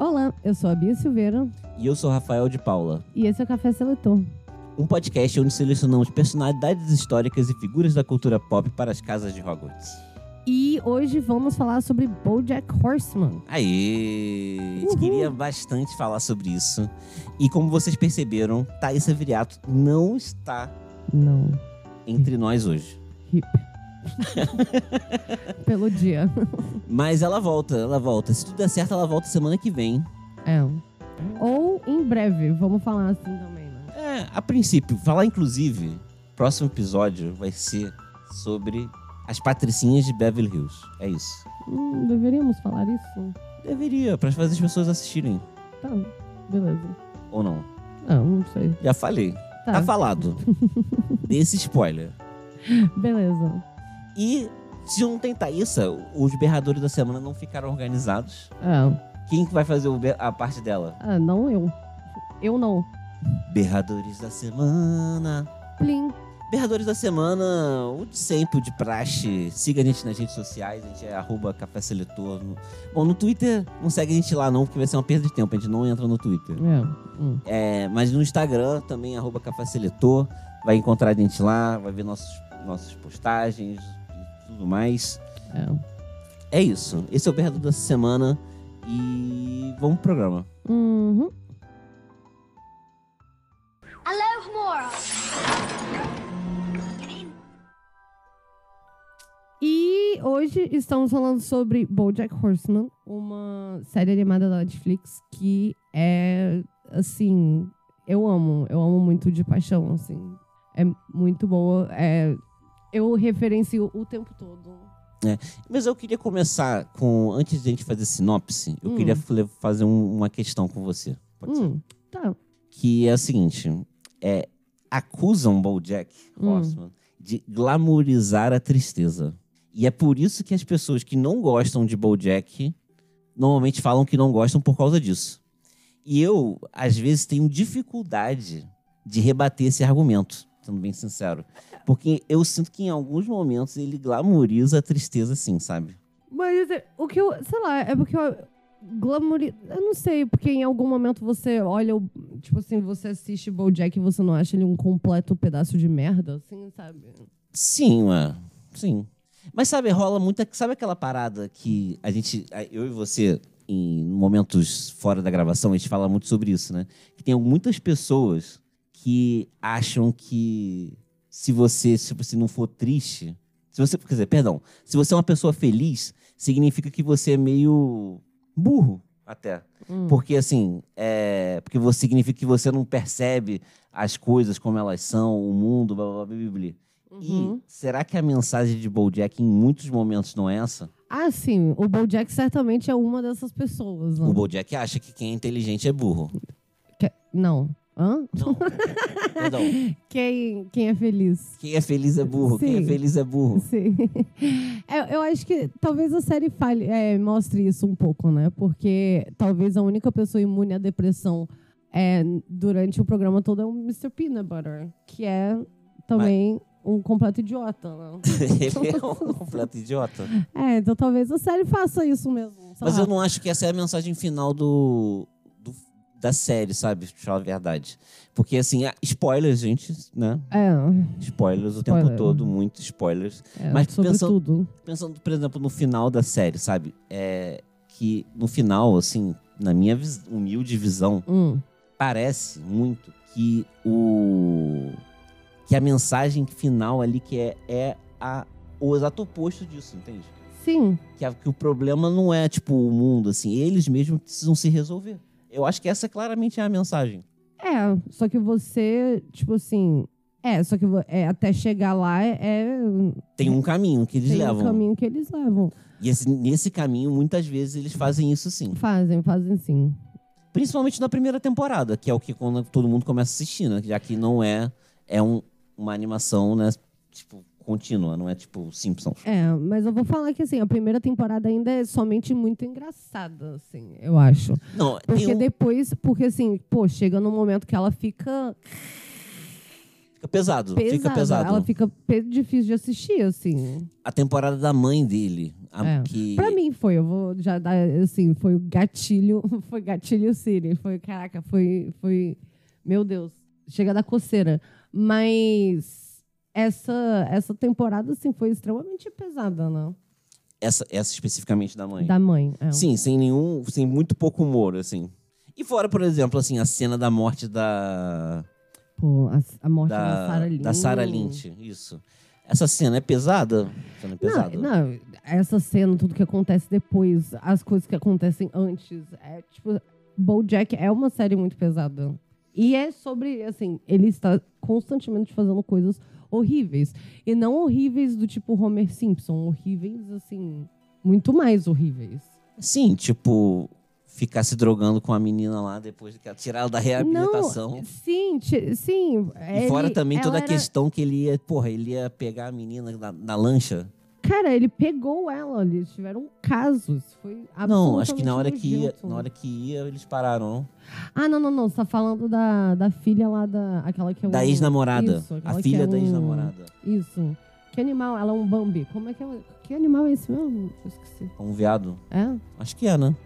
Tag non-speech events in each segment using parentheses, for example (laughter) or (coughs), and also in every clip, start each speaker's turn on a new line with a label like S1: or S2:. S1: olá, eu sou a Bia Silveira
S2: E eu sou Rafael de Paula,
S1: e esse é o Café Seletor.
S2: um podcast onde selecionamos personalidades históricas e figuras da cultura pop para as casas de Hogwarts.
S1: E hoje vamos falar sobre BoJack Horseman.
S2: Aê! A gente
S1: Uhul.
S2: queria bastante falar sobre isso. E como vocês perceberam, Thaisa Viriato não está
S1: Não,
S2: entre nós hoje.
S1: hip. (laughs) Pelo dia.
S2: Mas ela volta, ela volta. Se tudo der certo, ela volta semana que vem.
S1: É. Ou em breve, vamos falar assim também, né?
S2: É, a princípio, falar inclusive, próximo episódio vai ser sobre as patricinhas de Beverly Hills. É isso.
S1: Hum, deveríamos falar isso?
S2: Deveria, pra fazer as pessoas assistirem.
S1: Tá, beleza.
S2: Ou não.
S1: Não, não sei.
S2: Já falei. Tá,
S1: Tá,
S2: falado. Desse spoiler.
S1: beleza.
S2: E se não tem Thaísa, os berradores da semana não ficaram organizados.
S1: É.
S2: Quem que vai fazer o be- a parte dela?
S1: Ah, não eu. Eu não.
S2: Berradores da semana.
S1: Plim.
S2: Berradores da Semana, o de sempre, o de praxe. Siga a gente nas redes sociais, a gente é arroba Café Seletor. No- Bom, no Twitter não segue a gente lá não, porque vai ser uma perda de tempo, a gente não entra no Twitter.
S1: É. Hum.
S2: É, mas no Instagram também, arroba Café Seletor, vai encontrar a gente lá, vai ver nossos, nossas postagens e tudo mais.
S1: É.
S2: É isso, esse é o Berrador da Semana e vamos pro programa.
S1: Uhum. E hoje estamos falando sobre BoJack Horseman, uma série animada da Netflix que é assim, eu amo, eu amo muito de paixão, assim. É muito boa, é eu referencio o tempo todo.
S2: Mas eu queria começar com, antes de a gente fazer sinopse, eu
S1: Hum.
S2: queria fle- fazer um- uma questão com você. Pode ser?
S1: Hum, tá.
S2: que é a seguinte: é, acusam BoJack
S1: Hum.
S2: Horseman de glamorizar a tristeza. E é por isso que as pessoas que não gostam de BoJack normalmente falam que não gostam por causa disso. E eu, às vezes, tenho dificuldade de rebater esse argumento, sendo bem sincero. Porque eu sinto que em alguns momentos ele glamoriza a tristeza, sim, sabe?
S1: Mas é, o que eu. Sei lá, é porque eu. Glamour. Eu não sei, porque em algum momento você olha. o- Tipo assim, você assiste Bojack e você não acha ele um completo pedaço de merda, assim, sabe?
S2: Sim, ué. Sim. Mas sabe, rola muita. Sabe aquela parada que a gente. a- Eu e você, em momentos fora da gravação, a gente fala muito sobre isso, né? Que tem muitas pessoas que acham que se você, se você não for triste. Se você, quer dizer, perdão, se você é uma pessoa feliz, significa que você é meio burro até.
S1: Hum.
S2: Porque assim, é, porque você significa que você não percebe as coisas como elas são, o mundo, blá blá blá blá. blá.
S1: Uhum.
S2: E será que a mensagem de BoJack em muitos momentos não é essa?
S1: Ah, sim, o Bojack certamente é uma dessas pessoas. Né?
S2: O BoJack acha que quem é inteligente é burro.
S1: Que- Não. Hã?
S2: Não. (laughs) Perdão.
S1: Quem, quem é feliz?
S2: Quem é feliz é burro. Quem é
S1: Sim.
S2: feliz é burro. (laughs)
S1: Sim. (laughs) É, eu acho que talvez a série fale, é, mostre isso um pouco, né? Porque talvez a única pessoa imune à depressão é, durante o programa todo é o Mr. Peanut Butter, que é também um completo idiota,
S2: (laughs)
S1: né?
S2: Ele é um completo idiota.
S1: é, então talvez a série faça isso mesmo. sei
S2: Mas
S1: lá.
S2: eu não acho que essa é a mensagem final do, do- da série, sabe? Deixa eu falar a verdade. Porque, assim, a- spoilers, gente, né?
S1: É,
S2: Spoilers o tempo
S1: Spoiler.
S2: todo, muitos spoilers.
S1: é
S2: Mas
S1: sobre
S2: pensando-
S1: tudo.
S2: Pensando, por exemplo, no final da série, sabe? É, que no final, assim, na minha vis- humilde visão,
S1: Hum.
S2: parece muito que o que a mensagem final ali que é é a o exato oposto disso, entende?
S1: Sim.
S2: Que, a- que o problema não é tipo o mundo assim, eles mesmos precisam se resolver. Eu acho que essa claramente é a mensagem.
S1: É, só que você, tipo assim. É, só que vo- é, até chegar lá é.
S2: Tem um caminho que eles
S1: tem
S2: levam.
S1: um caminho que eles levam.
S2: E esse- nesse caminho, muitas vezes, eles fazem isso sim.
S1: Fazem, fazem sim.
S2: Principalmente na primeira temporada, que é o que quando todo mundo começa a assistir, né? Já que não é, é um- uma animação, né? Tipo, contínua, não é tipo Simpsons.
S1: É, mas eu vou falar que assim, a primeira temporada ainda é somente muito engraçada, assim, eu acho.
S2: Não,
S1: Porque
S2: tem um,
S1: depois, porque assim, pô, chega num momento que ela fica
S2: fica
S1: pesada.
S2: pesado,
S1: né?
S2: fica pesado.
S1: Ela fica pe- difícil de assistir, assim.
S2: A temporada da mãe dele, a-
S1: É.
S2: que...
S1: Pra mim foi, eu vou já dar, assim, foi o gatilho, (laughs) foi gatilho Siri, foi, caraca, foi, foi, meu Deus, chega da coceira. Mas essa, essa temporada, assim, foi extremamente pesada, né?
S2: Essa, essa especificamente da mãe.
S1: Da mãe. é.
S2: Sim, sem nenhum, sem muito pouco humor, assim. E fora, por exemplo, assim, a cena da morte da...
S1: Pô, a, a morte da,
S2: da,
S1: Sarah Lynch.
S2: da Sarah Lynch. Isso. Essa cena é pesada? Cena é pesada.
S1: Não, não, essa cena, tudo que acontece depois, as coisas que acontecem antes. É tipo, Bojack é uma série muito pesada. E é sobre, assim, ele está constantemente fazendo coisas horríveis. E não horríveis do tipo Homer Simpson, horríveis, assim, muito mais horríveis.
S2: Sim, tipo, ficar se drogando com a menina lá depois que ela tirar ela da reabilitação.
S1: Não, é, sim, ti- sim.
S2: É E fora também toda a
S1: questão.
S2: questão que ele ia, porra, ele ia pegar a menina na, na lancha.
S1: Cara, ele pegou ela, eles tiveram casos. Foi
S2: Não, acho que
S1: absolutamente
S2: na hora que ia,
S1: nojento.
S2: na hora que ia, eles pararam.
S1: Ah, não, não, não. Você tá falando da, da filha lá da. Aquela que é
S2: não?
S1: um-
S2: Da ex-namorada.
S1: Isso,
S2: A
S1: aquela que
S2: filha
S1: é
S2: da
S1: um-
S2: ex-namorada.
S1: Isso. Que animal? Ela é um Bambi. Como é que ela. Que animal é esse mesmo? Eu esqueci.
S2: Um viado.
S1: É?
S2: Acho que é, né?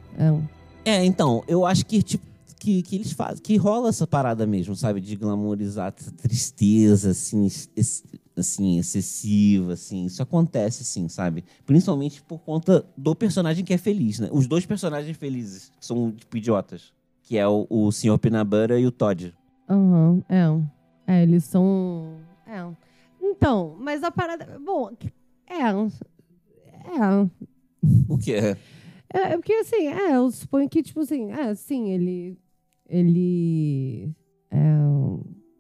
S1: É.
S2: É, então, eu acho que, tipo, que, que eles fazem, que rola essa parada mesmo, sabe? De glamorizar essa tristeza, assim, ex- assim, excessiva, assim. Isso acontece, assim, sabe? Principalmente por conta do personagem que é feliz, né? Os dois personagens felizes que são, tipo, idiotas. Que é o, o Sr. Pinabara e o Todd.
S1: Aham, é. É, eles são. É. Então, mas a parada. Bom, é. É.
S2: O que é?
S1: É, é porque assim, é, eu suponho que, tipo assim, é, sim, ele. Ele. É,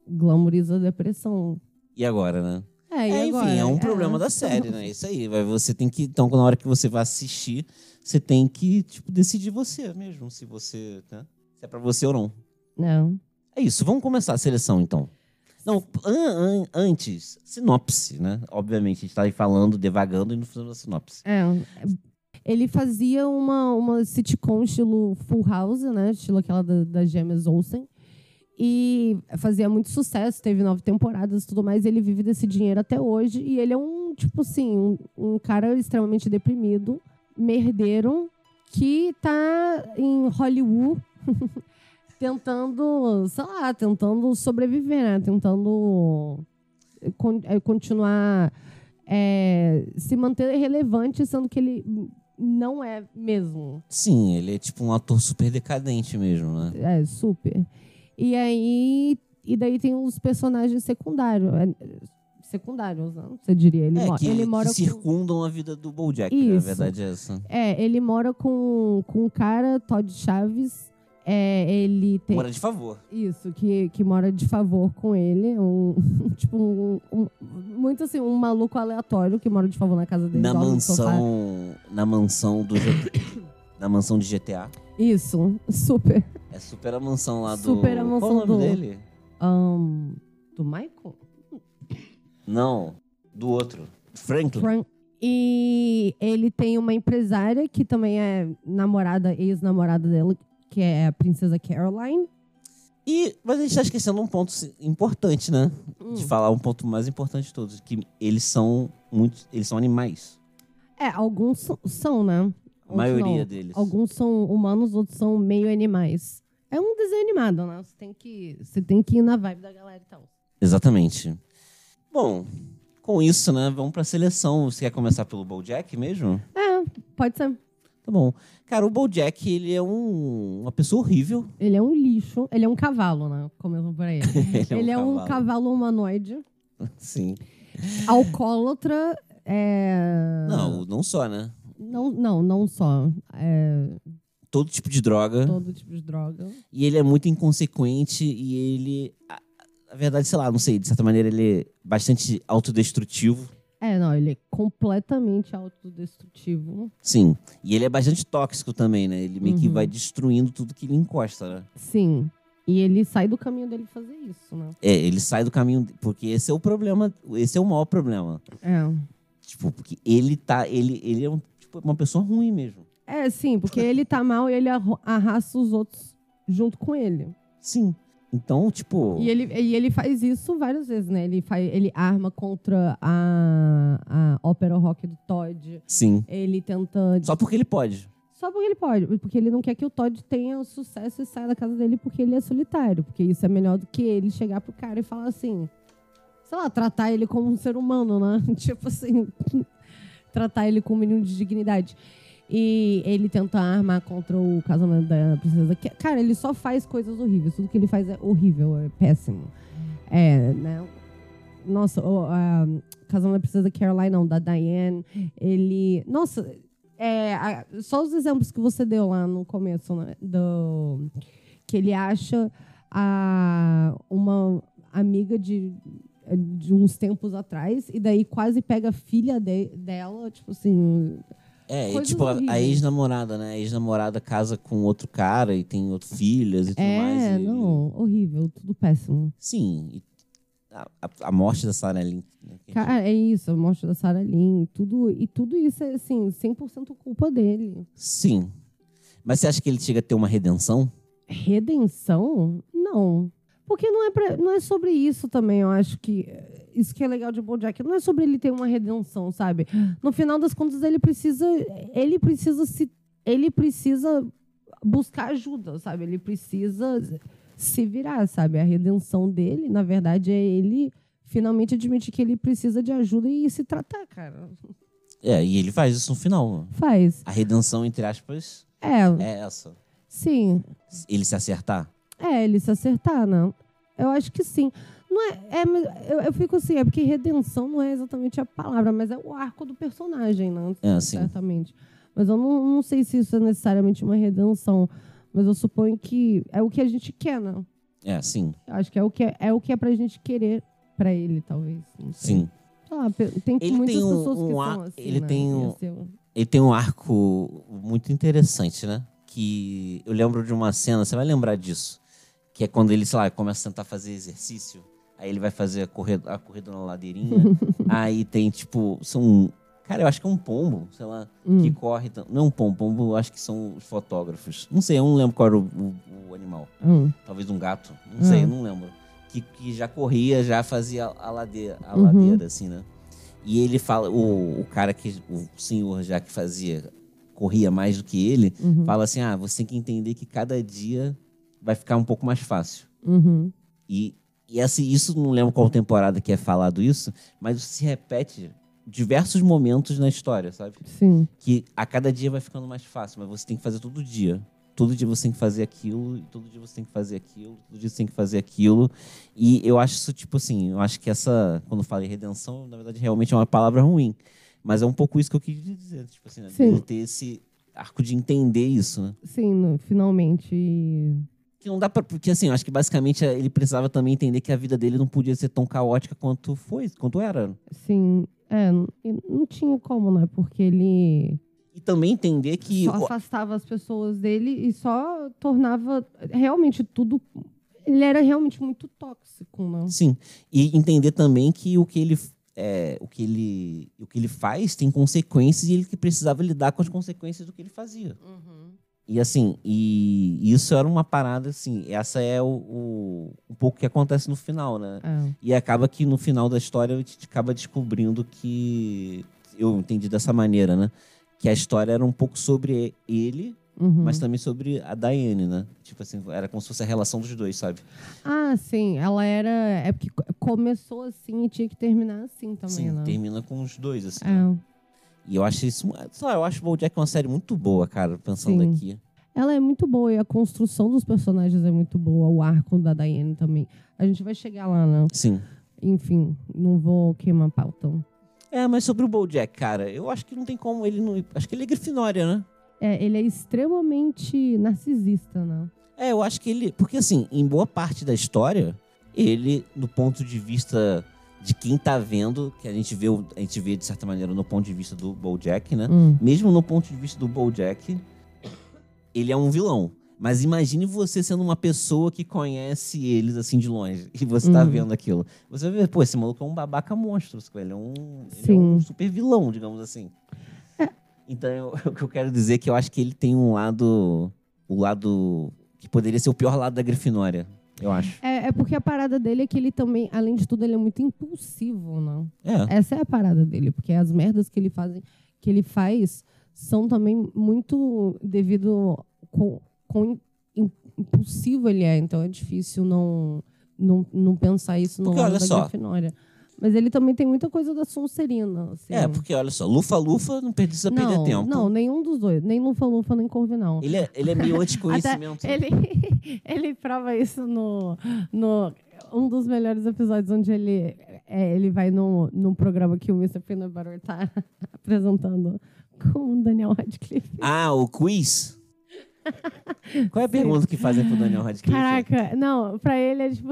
S1: glamoriza a depressão.
S2: E agora, né?
S1: É,
S2: É,
S1: e
S2: enfim,
S1: agora?
S2: é um problema da série, né? Isso aí. vai- Você tem que. Então, na hora que você vai assistir, você tem que, tipo, decidir você mesmo, se você. Né? Se é pra você ou não.
S1: Não.
S2: É isso, vamos começar a seleção então. Não, an- an- antes, sinopse, né? Obviamente, a gente tá aí falando, devagando e não fazendo a sinopse.
S1: É. Ele fazia uma, uma sitcom estilo Full House, né? Estilo aquela da- das gêmeas Olsen. E fazia muito sucesso, teve nove temporadas e tudo mais. Ele vive desse dinheiro até hoje. E ele é um, tipo assim, um, um cara extremamente deprimido, merdeiro, que tá em Hollywood (laughs) tentando, sei lá, tentando sobreviver, né? Tentando con- eh, continuar é, se manter relevante, sendo que ele não é mesmo.
S2: Sim, ele é tipo um ator super decadente mesmo, né?
S1: É, super. E aí. E daí tem os personagens secundários. é, Secundários, não? Você diria. Ele,
S2: é,
S1: mo-
S2: que,
S1: ele
S2: que
S1: mora com.
S2: circundam a vida do Bojack, né? a
S1: Isso.
S2: verdade é essa.
S1: É, ele mora com, com um cara, Todd Chaves. É, ele tem.
S2: Mora de favor.
S1: Isso, que, que mora de favor com ele. Um, (laughs) tipo, um, um- Muito assim, um maluco aleatório que mora de favor na casa dele.
S2: Na
S1: dorme no sofá.
S2: mansão. Na mansão do G- (coughs) Na mansão de GTA.
S1: Isso, super.
S2: É super a mansão lá do.
S1: Super a mansão
S2: Qual o nome
S1: do-
S2: dele?
S1: Ahn, do Michael?
S2: Não. Do outro. Franklin.
S1: Fran- E ele tem uma empresária que também é namorada, ex-namorada dela, que é a princesa Caroline.
S2: E, mas a gente tá esquecendo um ponto importante, né?
S1: Hum.
S2: de falar um ponto mais importante de todos, que eles são muitos, eles são animais.
S1: É, alguns so- são, né?
S2: A
S1: Outros
S2: maioria
S1: não.
S2: deles.
S1: Alguns são humanos, outros são meio animais. É um desenho animado, né? Você tem que, você tem que ir na vibe da galera e tal.
S2: Exatamente. Bom, com isso, né, vamos pra seleção. Você quer começar pelo BoJack mesmo?
S1: É, pode ser.
S2: Tá bom. Cara, o Bojack, ele é um, uma pessoa horrível.
S1: Ele é um lixo. Ele é um cavalo, né? Começando por aí.
S2: (laughs) Ele é um
S1: ele é um
S2: cavalo.
S1: cavalo humanoide.
S2: Sim.
S1: Alcoólatra. É...
S2: Não, não só, né?
S1: Não, não, não só. É,
S2: Todo tipo de droga.
S1: todo tipo de droga.
S2: E ele é muito inconsequente e ele. a- Na verdade, sei lá, não sei, de certa maneira ele é bastante autodestrutivo.
S1: É, não, ele é completamente autodestrutivo.
S2: Sim. E ele é bastante tóxico também, né? Ele meio que
S1: Uhum.
S2: vai destruindo tudo que ele encosta, né?
S1: Sim. E ele sai do caminho dele fazer isso, né?
S2: É, ele sai do caminho. Porque esse é o problema. Esse é o maior problema.
S1: É.
S2: Tipo, porque ele tá. Ele, ele é um, tipo, uma pessoa ruim mesmo.
S1: É, sim, porque ele tá mal e ele arro- arrasta os outros junto com ele.
S2: Sim. Então, tipo.
S1: E ele, e ele faz isso várias vezes, né? Ele, faz, ele arma contra a, a ópera rock do Todd.
S2: Sim.
S1: Ele tenta.
S2: Só porque ele pode.
S1: Só porque ele pode. Porque ele não quer que o Todd tenha sucesso e saia da casa dele porque ele é solitário. Porque isso é melhor do que ele chegar pro cara e falar assim. Sei lá, tratar ele como um ser humano, né? (laughs) tipo assim. tratar ele com o mínimo de dignidade. E ele tenta armar contra o casamento da princesa. Que- Cara, ele só faz coisas horríveis. Tudo que ele faz é horrível, é péssimo. É, né? Nossa, o a- casamento da princesa Caroline, não, da Diane. Ele. Nossa, é, a- só os exemplos que você deu lá no começo, né? Do, que ele acha a, uma amiga de, de uns tempos atrás e daí quase pega a filha de- dela, tipo assim.
S2: É, e,
S1: Coisas
S2: tipo, a, a
S1: horríveis.
S2: ex-namorada, né? A ex-namorada casa com outro cara e tem outro filhas e tudo mais.
S1: É,
S2: e-
S1: não, horrível, tudo péssimo.
S2: Sim. e a, a- a morte da Sarah Lynn. né, que a gente-
S1: Cara, é isso, a morte da Sarah Lynn, tudo, e tudo isso é assim, 100% culpa dele.
S2: Sim. Mas você acha que ele chega a ter uma redenção?
S1: Redenção? Não. Porque não é, pra- não é sobre isso também, eu acho que. eh, Isso que é legal de Bojack, não é sobre ele ter uma redenção, sabe? No final das contas, ele precisa. Ele precisa se. Ele precisa buscar ajuda, sabe? Ele precisa se virar, sabe? A redenção dele, na verdade, é ele finalmente admitir que ele precisa de ajuda e se tratar, cara.
S2: É, e ele faz isso no final.
S1: Faz.
S2: A redenção, entre aspas,
S1: É,
S2: é essa.
S1: sim.
S2: Ele se acertar.
S1: É, ele se acertar, né? Eu acho que sim. Não é, é, mas eu, eu fico assim, é porque redenção não é exatamente a palavra, mas é o arco do personagem, né?
S2: É, assim.
S1: Certamente. Mas eu não, não sei se isso é necessariamente uma redenção. Mas eu suponho que é o que a gente quer, né?
S2: É, sim.
S1: Eu acho que é o que é, é o que é pra gente querer pra ele, talvez. Não sei.
S2: Sim.
S1: Sei lá, pe- tem
S2: Ele
S1: muitas
S2: tem um-
S1: pessoas que
S2: um
S1: são
S2: ar-
S1: assim,
S2: ele
S1: né?
S2: tem
S1: Ia
S2: um-
S1: ser um-
S2: Ele tem um arco muito interessante, né? Que eu lembro de uma cena, você vai lembrar disso. Que é quando ele, sei lá, começa a tentar fazer exercício. Aí ele vai fazer a corrida, a corrida na ladeirinha. aí tem, tipo, são. Cara, eu acho que é um pombo, sei lá, que
S1: Hum,
S2: corre. tam- Não é um pombo, pombo, eu acho que são os fotógrafos. Não sei, eu não lembro qual era o, o- o animal.
S1: hum.
S2: Talvez um gato. Não
S1: Ah.
S2: sei, eu não lembro. Que, que já corria, já fazia a ladeira, a
S1: Uhum.
S2: ladeira assim, né? E ele fala, o, o cara que, o senhor já que fazia, corria mais do que ele,
S1: Uhum.
S2: fala assim: ah, você tem que entender que cada dia vai ficar um pouco mais fácil.
S1: Uhum.
S2: E, e assim, isso não lembro qual temporada que é falado isso, mas isso se repete diversos momentos na história, sabe?
S1: Sim.
S2: que a cada dia vai ficando mais fácil, mas você tem que fazer todo dia. Todo dia você tem que fazer aquilo, e todo dia você tem que fazer aquilo, todo dia você tem que fazer aquilo. E eu acho isso, tipo assim, eu acho que essa, quando eu falei redenção, na verdade realmente é uma palavra ruim. Mas é um pouco isso que eu quis dizer, tipo assim, né?
S1: Sim.
S2: Dele ter esse arco de entender isso, né?
S1: Sim, no- finalmente. e-
S2: Que não dá pra, porque assim, eu acho que basicamente ele precisava também entender que a vida dele não podia ser tão caótica quanto foi, quanto era.
S1: Sim, é, n- e não tinha como, né? Porque ele
S2: E também entender que
S1: só afastava as pessoas dele e só tornava realmente tudo. Ele era realmente muito tóxico, né?
S2: Sim. E entender também que o que ele, é, o que ele, o que ele faz tem consequências e ele que precisava lidar com as consequências do que ele fazia. E assim, e isso era uma parada assim, essa é o, o- um pouco que acontece no final, né?
S1: É.
S2: E acaba que no final da história a gente acaba descobrindo que eu entendi dessa maneira, né? Que a história era um pouco sobre ele,
S1: Uhum.
S2: mas tá- também sobre a Diane, né? Tipo assim, era como se fosse a relação dos dois, sabe?
S1: Ah, sim, ela era. É porque co- começou assim e tinha que terminar assim também,
S2: Sim,
S1: né?
S2: termina com os dois, assim. né?
S1: É.
S2: E eu acho isso. Sei lá, eu acho Bojack uma série muito boa, cara, pensando
S1: Sim.
S2: aqui.
S1: Ela é muito boa e a construção dos personagens é muito boa. O arco da Diane também. A gente vai chegar lá, né?
S2: Sim.
S1: Enfim, não vou queimar pautão.
S2: É, mas sobre o Bojack, cara, eu acho que não tem como ele não. Acho que ele é Grifinória, né?
S1: É, ele é extremamente narcisista, né?
S2: É, eu acho que ele. Porque, assim, em boa parte da história, ele, do ponto de vista de quem tá vendo, que a gente vê, o- a gente vê de certa maneira no ponto de vista do Bojack, né?
S1: Hum.
S2: Mesmo no ponto de vista do Bojack, ele é um vilão. Mas imagine você sendo uma pessoa que conhece eles assim de longe e você tá
S1: Uhum.
S2: vendo aquilo. Você vai ver, pô, esse maluco é um babaca monstro, sacou? ele é um, ele é
S1: Sim. É.
S2: um super vilão, digamos assim. Então, eu- (laughs) o que eu quero dizer é que eu acho que ele tem um lado. O lado. que poderia ser o pior lado da Grifinória, eu acho.
S1: É, é porque a parada dele é que ele também, além de tudo, ele é muito impulsivo, né?
S2: É.
S1: Essa é a parada dele, porque as merdas que ele faz, que ele faz são também muito devido com com im- impulsivo ele é, então é difícil não não, não pensar isso no
S2: Porque
S1: lado
S2: olha
S1: da
S2: só.
S1: Grifinória. Mas ele também tem muita coisa da Sonserina, assim.
S2: É, porque olha só, Lufa-Lufa não precisa perder
S1: não,
S2: tempo.
S1: não, nenhum dos dois, nem Lufa Lufa nem Corvinal.
S2: Ele é, ele é meio
S1: (laughs)
S2: anticonhecimento.
S1: Ele, ele (laughs) prova isso no, no. Um dos melhores episódios onde ele, é, ele vai no, num programa que o Mr. Peanut Butter tá (laughs) apresentando com o Daniel Radcliffe.
S2: Ah, o quiz? Qual é a pergunta que fazem pro Daniel Radcliffe?
S1: Caraca, não, pra ele é tipo.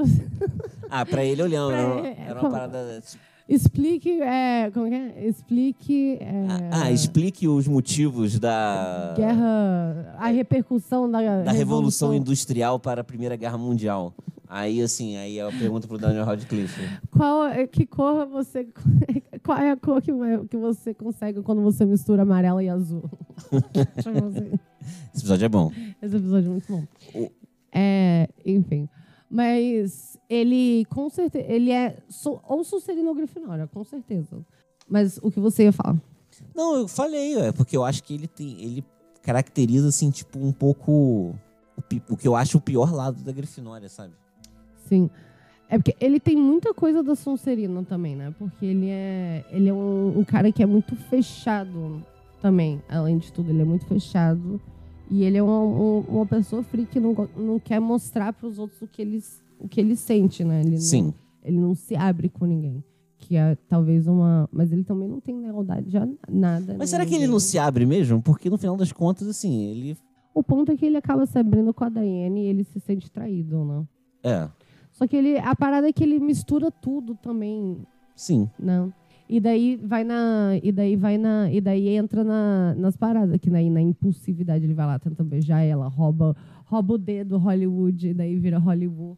S2: Ah, pra ele eu lembro.
S1: Pra
S2: Era uma,
S1: ele,
S2: era uma
S1: como- (laughs)
S2: parada. tipo,
S1: explique. É, como que é? Explique. é,
S2: Ah, explique os motivos da,
S1: guerra. A repercussão da.
S2: É. da Revolução. Industrial para a Primeira Guerra Mundial. Aí, assim, aí eu pergunto pro Daniel Radcliffe.
S1: Qual é- que cor você (laughs) qual é a cor que, vai- que você consegue quando você mistura amarelo e azul?
S2: (laughs)
S1: Deixa eu ver assim.
S2: Esse episódio é bom.
S1: Esse episódio é muito bom.
S2: O-
S1: É, enfim. Mas ele com certeza ele é so- ou Sonserino ou Grifinória, com certeza. Mas o que você ia falar?
S2: Não, eu falei, é porque eu acho que ele tem. Ele caracteriza, assim, tipo, um pouco. O, pi- o que eu acho o pior lado da Grifinória, sabe?
S1: Sim. É porque ele tem muita coisa da Sonserina também, né? Porque ele é, ele é um, um cara que é muito fechado também. Além de tudo, ele é muito fechado. E ele é uma, um- uma pessoa fria que não, go- não quer mostrar pros outros o que ele, s- o que ele sente, né? Ele
S2: Sim.
S1: Não, ele não se abre com ninguém. Que é talvez uma. Mas ele também não tem lealdade a nada. nem
S2: Mas será que ele
S1: ninguém.
S2: não se abre mesmo? Porque no final das contas, assim, ele.
S1: O ponto é que ele acaba se abrindo com a Daiane e ele se sente traído, né?
S2: É,
S1: Só que ele, a parada é que ele mistura tudo também.
S2: sim.
S1: Não. E daí vai na. E daí vai na. E daí entra na, nas paradas, que daí na impulsividade ele vai lá, tenta beijar ela, rouba, rouba o dedo Hollywood, e daí vira Hollywood.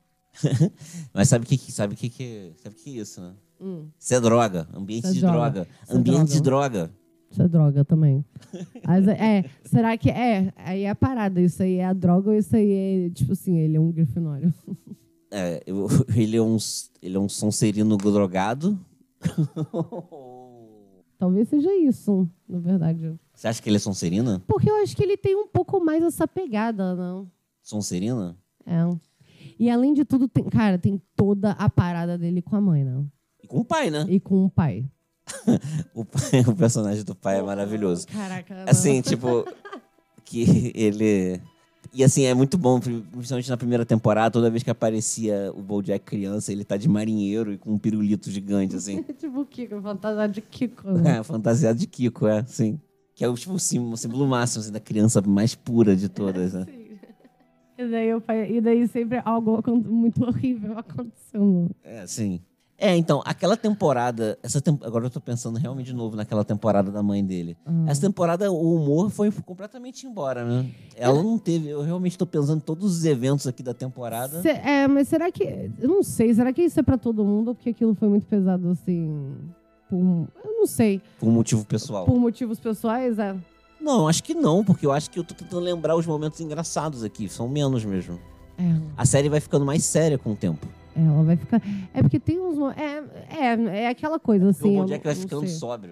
S2: Mas sabe o que, que- sabe o que, que, sabe o que é isso, né? Isso é droga. Ambiente
S1: Hum. Isso é
S2: de droga.
S1: droga. Isso é
S2: Ambiente de droga.
S1: Isso é droga também. Mas é, é, será que é? Aí é a parada, isso aí é a droga ou isso aí é, tipo assim, ele é um grifinório?
S2: É, eu- (laughs) ele, é um, s- ele é um sonserino drogado.
S1: Talvez seja isso, na verdade.
S2: Você acha que ele é sonserina?
S1: Porque eu acho que ele tem um pouco mais essa pegada, não?
S2: Sonserina?
S1: É. E além de tudo, tem, cara, tem toda a parada dele com a mãe, não?
S2: E com o pai, né?
S1: E com o pai.
S2: O, pai- (laughs) o personagem do pai é maravilhoso.
S1: Caraca. não.
S2: Assim, tipo, que ele. E assim, é muito bom, principalmente na primeira temporada, toda vez que aparecia o Bojack criança, ele tá de marinheiro e com um pirulito gigante, assim.
S1: É (laughs) tipo o Kiko, fantasia de Kiko. né?
S2: É, fantasiado de Kiko, é, sim. Que é o, tipo, o símbolo, o símbolo máximo assim, da criança mais pura de todas,
S1: (laughs)
S2: né?
S1: Sim. E daí, o pai, e daí sempre algo acon- muito horrível aconteceu. né?
S2: É, sim. É, então, aquela temporada. Essa tem- Agora eu tô pensando realmente de novo naquela temporada da mãe dele.
S1: Uhum.
S2: Essa temporada, o humor foi completamente embora, né? Ela não teve. Eu realmente tô pensando em todos os eventos aqui da temporada.
S1: Se- é, mas será que. Eu não sei, será que isso é pra todo mundo? Ou porque aquilo foi muito pesado assim. Por, eu não sei.
S2: Por um motivo pessoal.
S1: Por motivos pessoais, é.
S2: Não, acho que não, porque eu acho que eu tô tentando lembrar os momentos engraçados aqui. São menos mesmo.
S1: É,
S2: A série vai ficando mais séria com o tempo.
S1: Ela vai ficar. É porque tem uns. mo- É, é, é aquela coisa
S2: Porque
S1: assim.
S2: o
S1: eu
S2: Bojack vai
S1: não
S2: ficando
S1: sei.
S2: sóbrio.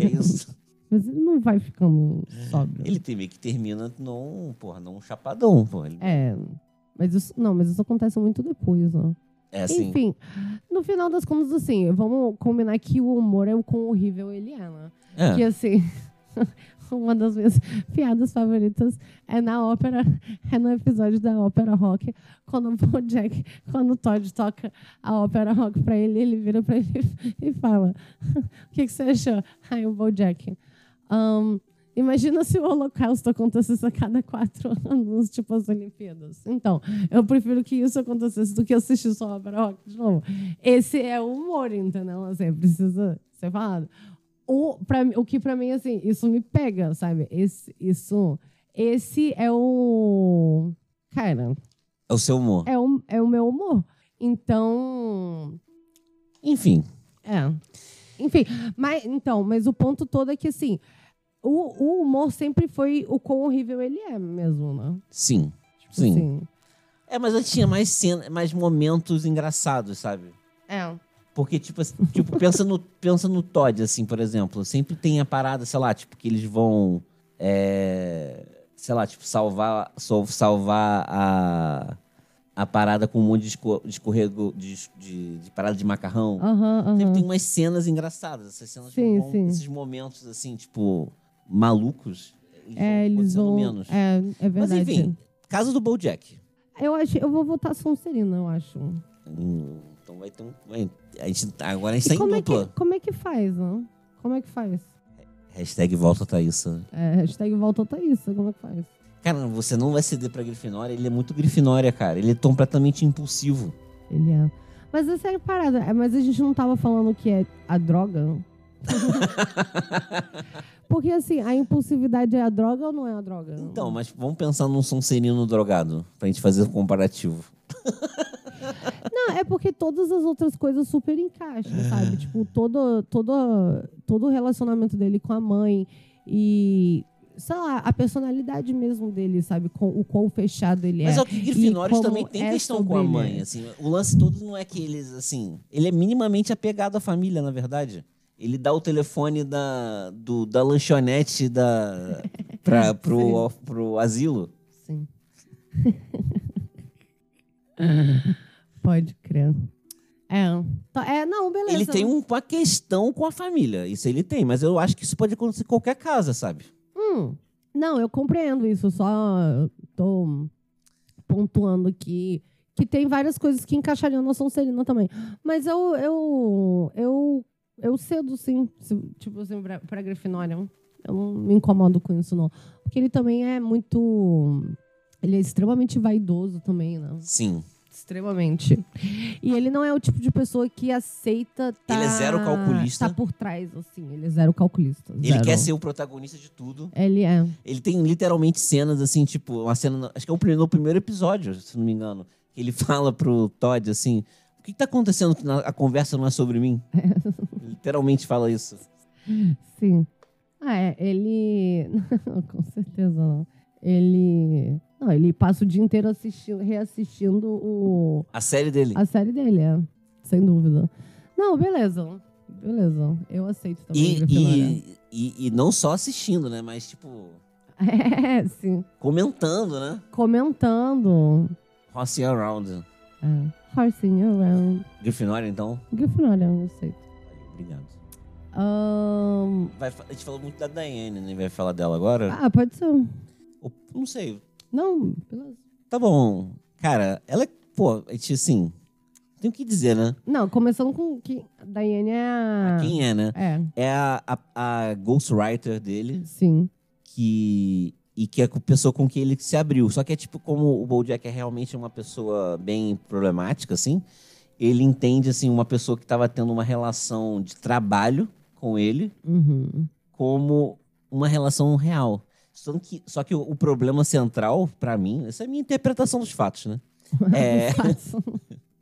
S2: É isso.
S1: (laughs)
S2: É.
S1: Mas ele não vai ficando sóbrio.
S2: Ele tem meio que termina num, porra, num chapadão, pô. Ele-
S1: É. Mas isso. Não, mas isso acontece muito depois, ó.
S2: É assim.
S1: Enfim, no final das contas, assim, vamos combinar que o humor é o quão horrível ele é, né?
S2: é.
S1: Que assim, (laughs) uma das minhas piadas favoritas é na ópera, é no episódio da ópera rock, quando o Bojack, quando o Todd toca a ópera rock pra ele, ele vira pra ele (laughs) e fala: O que, que você achou? Aí o Bojack. "Ahn, Imagina se o Holocausto acontecesse a cada quatro (laughs) anos, tipo as Olimpíadas. Então, eu prefiro que isso acontecesse do que assistir só ópera rock de novo. Esse é o humor, entendeu? Assim, precisa ser falado o, pra, mim- o que pra mim, assim, isso me pega, sabe? Esse, isso, esse é o. Cara,
S2: É o seu humor.
S1: é o, é o meu humor. Então.
S2: Enfim.
S1: É. Enfim, mas então, mas o ponto todo é que assim, o, o humor sempre foi o quão horrível ele é mesmo, né?
S2: Sim.
S1: Tipo
S2: Sim.
S1: assim,
S2: É, mas eu tinha mais cena, mais momentos engraçados, sabe?
S1: é.
S2: Porque, tipo, assim, tipo pensa, no, pensa no Todd, assim, por exemplo. Sempre tem a parada, sei lá, tipo, que eles vão. é, sei lá, tipo, salvar, sal- salvar a, a parada com um monte de, esco- de escorrego, de, es- de- de parada de macarrão.
S1: Aham, aham.
S2: Sempre tem umas cenas engraçadas. Essas cenas
S1: Uhum. Sim,
S2: vão-
S1: sim.
S2: Esses momentos, assim, tipo, malucos.
S1: É, eles
S2: acontecendo
S1: vão.
S2: menos.
S1: É, é
S2: Mas,
S1: verdade.
S2: enfim, caso do Bojack.
S1: Eu acho, eu vou votar Sonserina, eu acho.
S2: Hum, Então vai ter um. vai- a gente, agora a gente tá
S1: e
S2: em
S1: como é, que,
S2: dupla.
S1: como é que faz, né? Como é que faz?
S2: Hashtag volta, Thaísa.
S1: É, hashtag volta Thaís, como é que faz?
S2: Cara, você não vai ceder pra Grifinória. Ele é muito Grifinória, cara. Ele é completamente impulsivo.
S1: Ele é. Mas essa é a parada. É, Mas a gente não tava falando que é a
S2: (laughs)
S1: droga? Porque assim, a impulsividade é a droga ou não é a droga?
S2: Então, mas vamos pensar num Sonserino drogado. Pra gente fazer o comparativo.
S1: Não, é porque todas as outras coisas super encaixam,
S2: É.
S1: sabe? Tipo, todo, todo, todo o relacionamento dele com a mãe e, sei lá, a personalidade mesmo dele, sabe? Com, o quão fechado ele
S2: Mas
S1: é.
S2: é que Grifinórios
S1: como
S2: também tem
S1: é
S2: questão
S1: sobre
S2: com a
S1: ele,
S2: mãe,
S1: é.
S2: assim. O lance todo não é que eles, assim... Ele é minimamente apegado à família, na verdade. Ele dá o telefone da, do- da
S1: (laughs)
S2: lanchonete da, pra, pro, pro asilo.
S1: Sim. (laughs) Pode crer. É. Tá- é, não, beleza.
S2: Ele tem um- uma questão com a família. Isso ele tem, mas eu acho que isso pode acontecer em qualquer casa, sabe?
S1: Hum. Não, eu compreendo isso, eu só tô pontuando que que tem várias coisas que encaixariam na Sonserina também. Mas eu eu eu eu cedo sim, se- tipo assim pra, pra Grifinória. Eu não me incomodo com isso não, porque ele também é muito ele é extremamente vaidoso também, né?
S2: Sim.
S1: Extremamente. E ele não é o tipo de pessoa que aceita tá,
S2: Ele é zero calculista.
S1: Tá por trás, assim. Ele é zero calculista.
S2: Ele
S1: zero.
S2: quer ser o protagonista de tudo.
S1: Ele é. (laughs)
S2: Ele tem literalmente cenas, assim, tipo, uma cena. no- Acho que é o primeiro, no primeiro episódio, se não me engano. Que ele (laughs) fala pro Todd assim: O que, que tá acontecendo? que na- A conversa não é sobre mim. Ele literalmente fala isso.
S1: Sim. Ah, é. Ele. (laughs) Não, com certeza não. Ele. Não, ele passa o dia inteiro assistindo, reassistindo o...
S2: A série dele.
S1: a série dele, é. Sem dúvida. Não, beleza. Beleza. Eu aceito também.
S2: E,
S1: Grifinória.
S2: e, e, e não só assistindo, né? Mas, tipo,
S1: (laughs) É, sim.
S2: comentando, né?
S1: Comentando.
S2: Horsing Around.
S1: É. Horsing around.
S2: Grifinória, então.
S1: Grifinória, eu aceito.
S2: Valeu, Obrigado.
S1: Ahn,
S2: Vai fa- a gente falou muito da Daiane, né? Vai falar dela agora?
S1: ah, pode ser.
S2: Ou- não sei.
S1: Não, beleza.
S2: Tá bom. Cara, ela é. Pô, a gente assim. Tem o que dizer, né?
S1: Não, começando com que a Daiane é a...
S2: Quem é, né?
S1: É,
S2: É a, a, a ghostwriter dele
S1: sim.
S2: que. E que é a pessoa com quem ele se abriu. Só que é tipo, como o Bojack é realmente uma pessoa bem problemática, assim, ele entende, assim, uma pessoa que tava tendo uma relação de trabalho com ele,
S1: Uhum.
S2: como uma relação real. Só que, só que o, o problema central, pra mim, essa é a minha interpretação dos fatos, né?
S1: (laughs)
S2: É,
S1: Faço.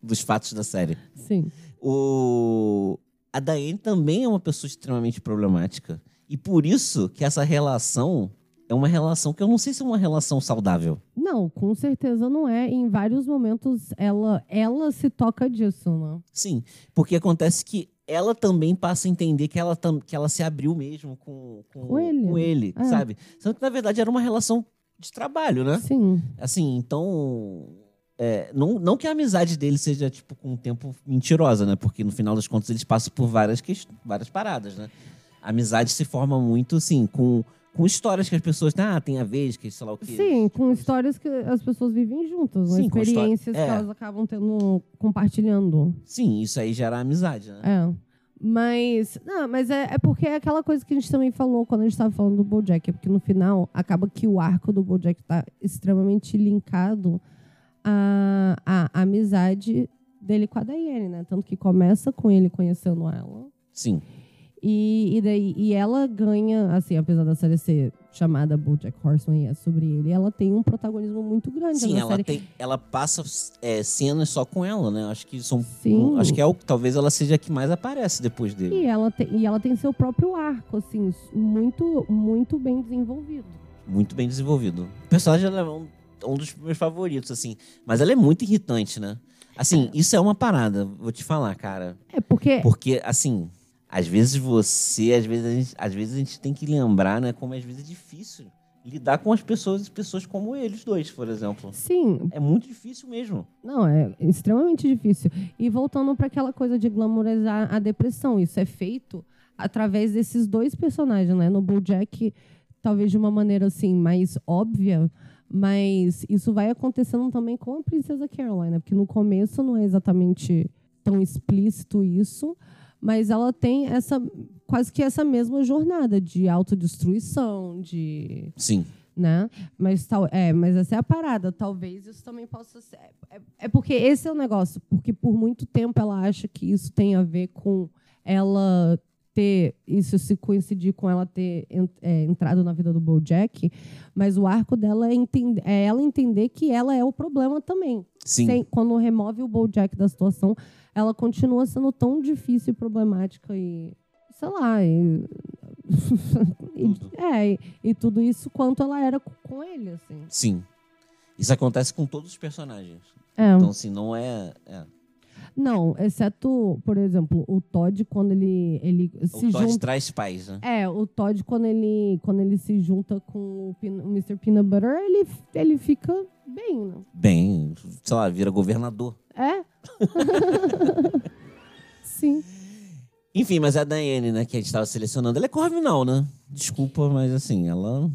S2: dos fatos da série.
S1: Sim.
S2: O, a Daiane também é uma pessoa extremamente problemática. E por isso que essa relação é uma relação que eu não sei se é uma relação saudável.
S1: Não, com certeza não é. Em vários momentos ela, ela se toca disso, né?
S2: Sim, porque acontece que ela também passa a entender que ela, tam- que ela se abriu mesmo com, com,
S1: Com ele.
S2: com ele,
S1: É.
S2: sabe? Sendo que, na verdade, era uma relação de trabalho, né?
S1: Sim.
S2: Assim, então. é, não, não que a amizade dele seja, tipo, com o tempo mentirosa, né? Porque no final das contas eles passam por várias, quest- várias paradas, né? A amizade se forma muito, assim, com, com histórias que as pessoas têm. Ah, tem a vez que, sei lá o quê.
S1: Sim, com histórias que as pessoas vivem juntas, né?
S2: Sim, com histó-
S1: experiências
S2: é.
S1: que elas acabam tendo, compartilhando.
S2: Sim, isso aí gera amizade, né?
S1: É. Mas, não, mas é, é porque é aquela coisa que a gente também falou quando a gente tava falando do Bojack. É porque no final, acaba que o arco do Bojack tá extremamente linkado à, à amizade dele com a Diane, né? Tanto que começa com ele conhecendo ela.
S2: Sim.
S1: E, e, daí, e ela ganha, assim, apesar da série ser chamada Bojack Horseman e é sobre ele, ela tem um protagonismo muito grande
S2: Sim,
S1: na
S2: ela,
S1: série.
S2: tem, ela passa é, cenas só com ela, né? Acho que são.
S1: Sim.
S2: Acho que é o, talvez ela seja a que mais aparece depois dele.
S1: E ela, tem, e ela tem seu próprio arco, assim, muito, muito bem desenvolvido.
S2: Muito bem desenvolvido. O personagem ela é um, um dos meus favoritos, assim. Mas ela é muito irritante, né? Assim, isso é uma parada, vou te falar, cara.
S1: É porque.
S2: Porque, assim, às vezes você, às vezes a gente, às vezes a gente tem que lembrar, né? Como às vezes é difícil lidar com as pessoas, pessoas como eles dois, por exemplo.
S1: Sim,
S2: É muito difícil mesmo.
S1: não, é extremamente difícil. E voltando para aquela coisa de glamorizar a depressão, isso é feito através desses dois personagens, né? No Bojack, talvez de uma maneira assim mais óbvia, mas isso vai acontecendo também com a princesa Caroline, né? porque no começo não é exatamente tão explícito isso, mas ela tem essa quase que essa mesma jornada de autodestruição, de
S2: Sim.
S1: né? Mas tal, é, mas essa é a parada. Talvez isso também possa ser. É, é porque esse é o negócio, porque por muito tempo ela acha que isso tem a ver com ela ter isso se coincidir com ela ter en- é, entrado na vida do BoJack, mas o arco dela é, entender, é ela entender que ela é o problema também.
S2: Sim.
S1: Sem- quando remove o BoJack da situação, ela continua sendo tão difícil e problemática e sei lá, e, (laughs) e-
S2: Tudo.
S1: é, e, e tudo isso quanto ela era co- com ele, assim.
S2: Sim. Isso acontece com todos os personagens.
S1: É.
S2: Então, assim, não é. é.
S1: Não, exceto, por exemplo, o Todd quando ele ele se
S2: O Todd
S1: junta
S2: traz paz, né?
S1: É, o Todd quando ele quando ele se junta com o, Pin- o Mr. Peanut Butter, ele ele fica bem, né?
S2: Bem, sei lá, vira governador. (laughs)
S1: É? (laughs) Sim.
S2: Enfim, mas a Daiane, né, que a gente tava selecionando, ela é Corvinal, né? Desculpa, mas assim, ela.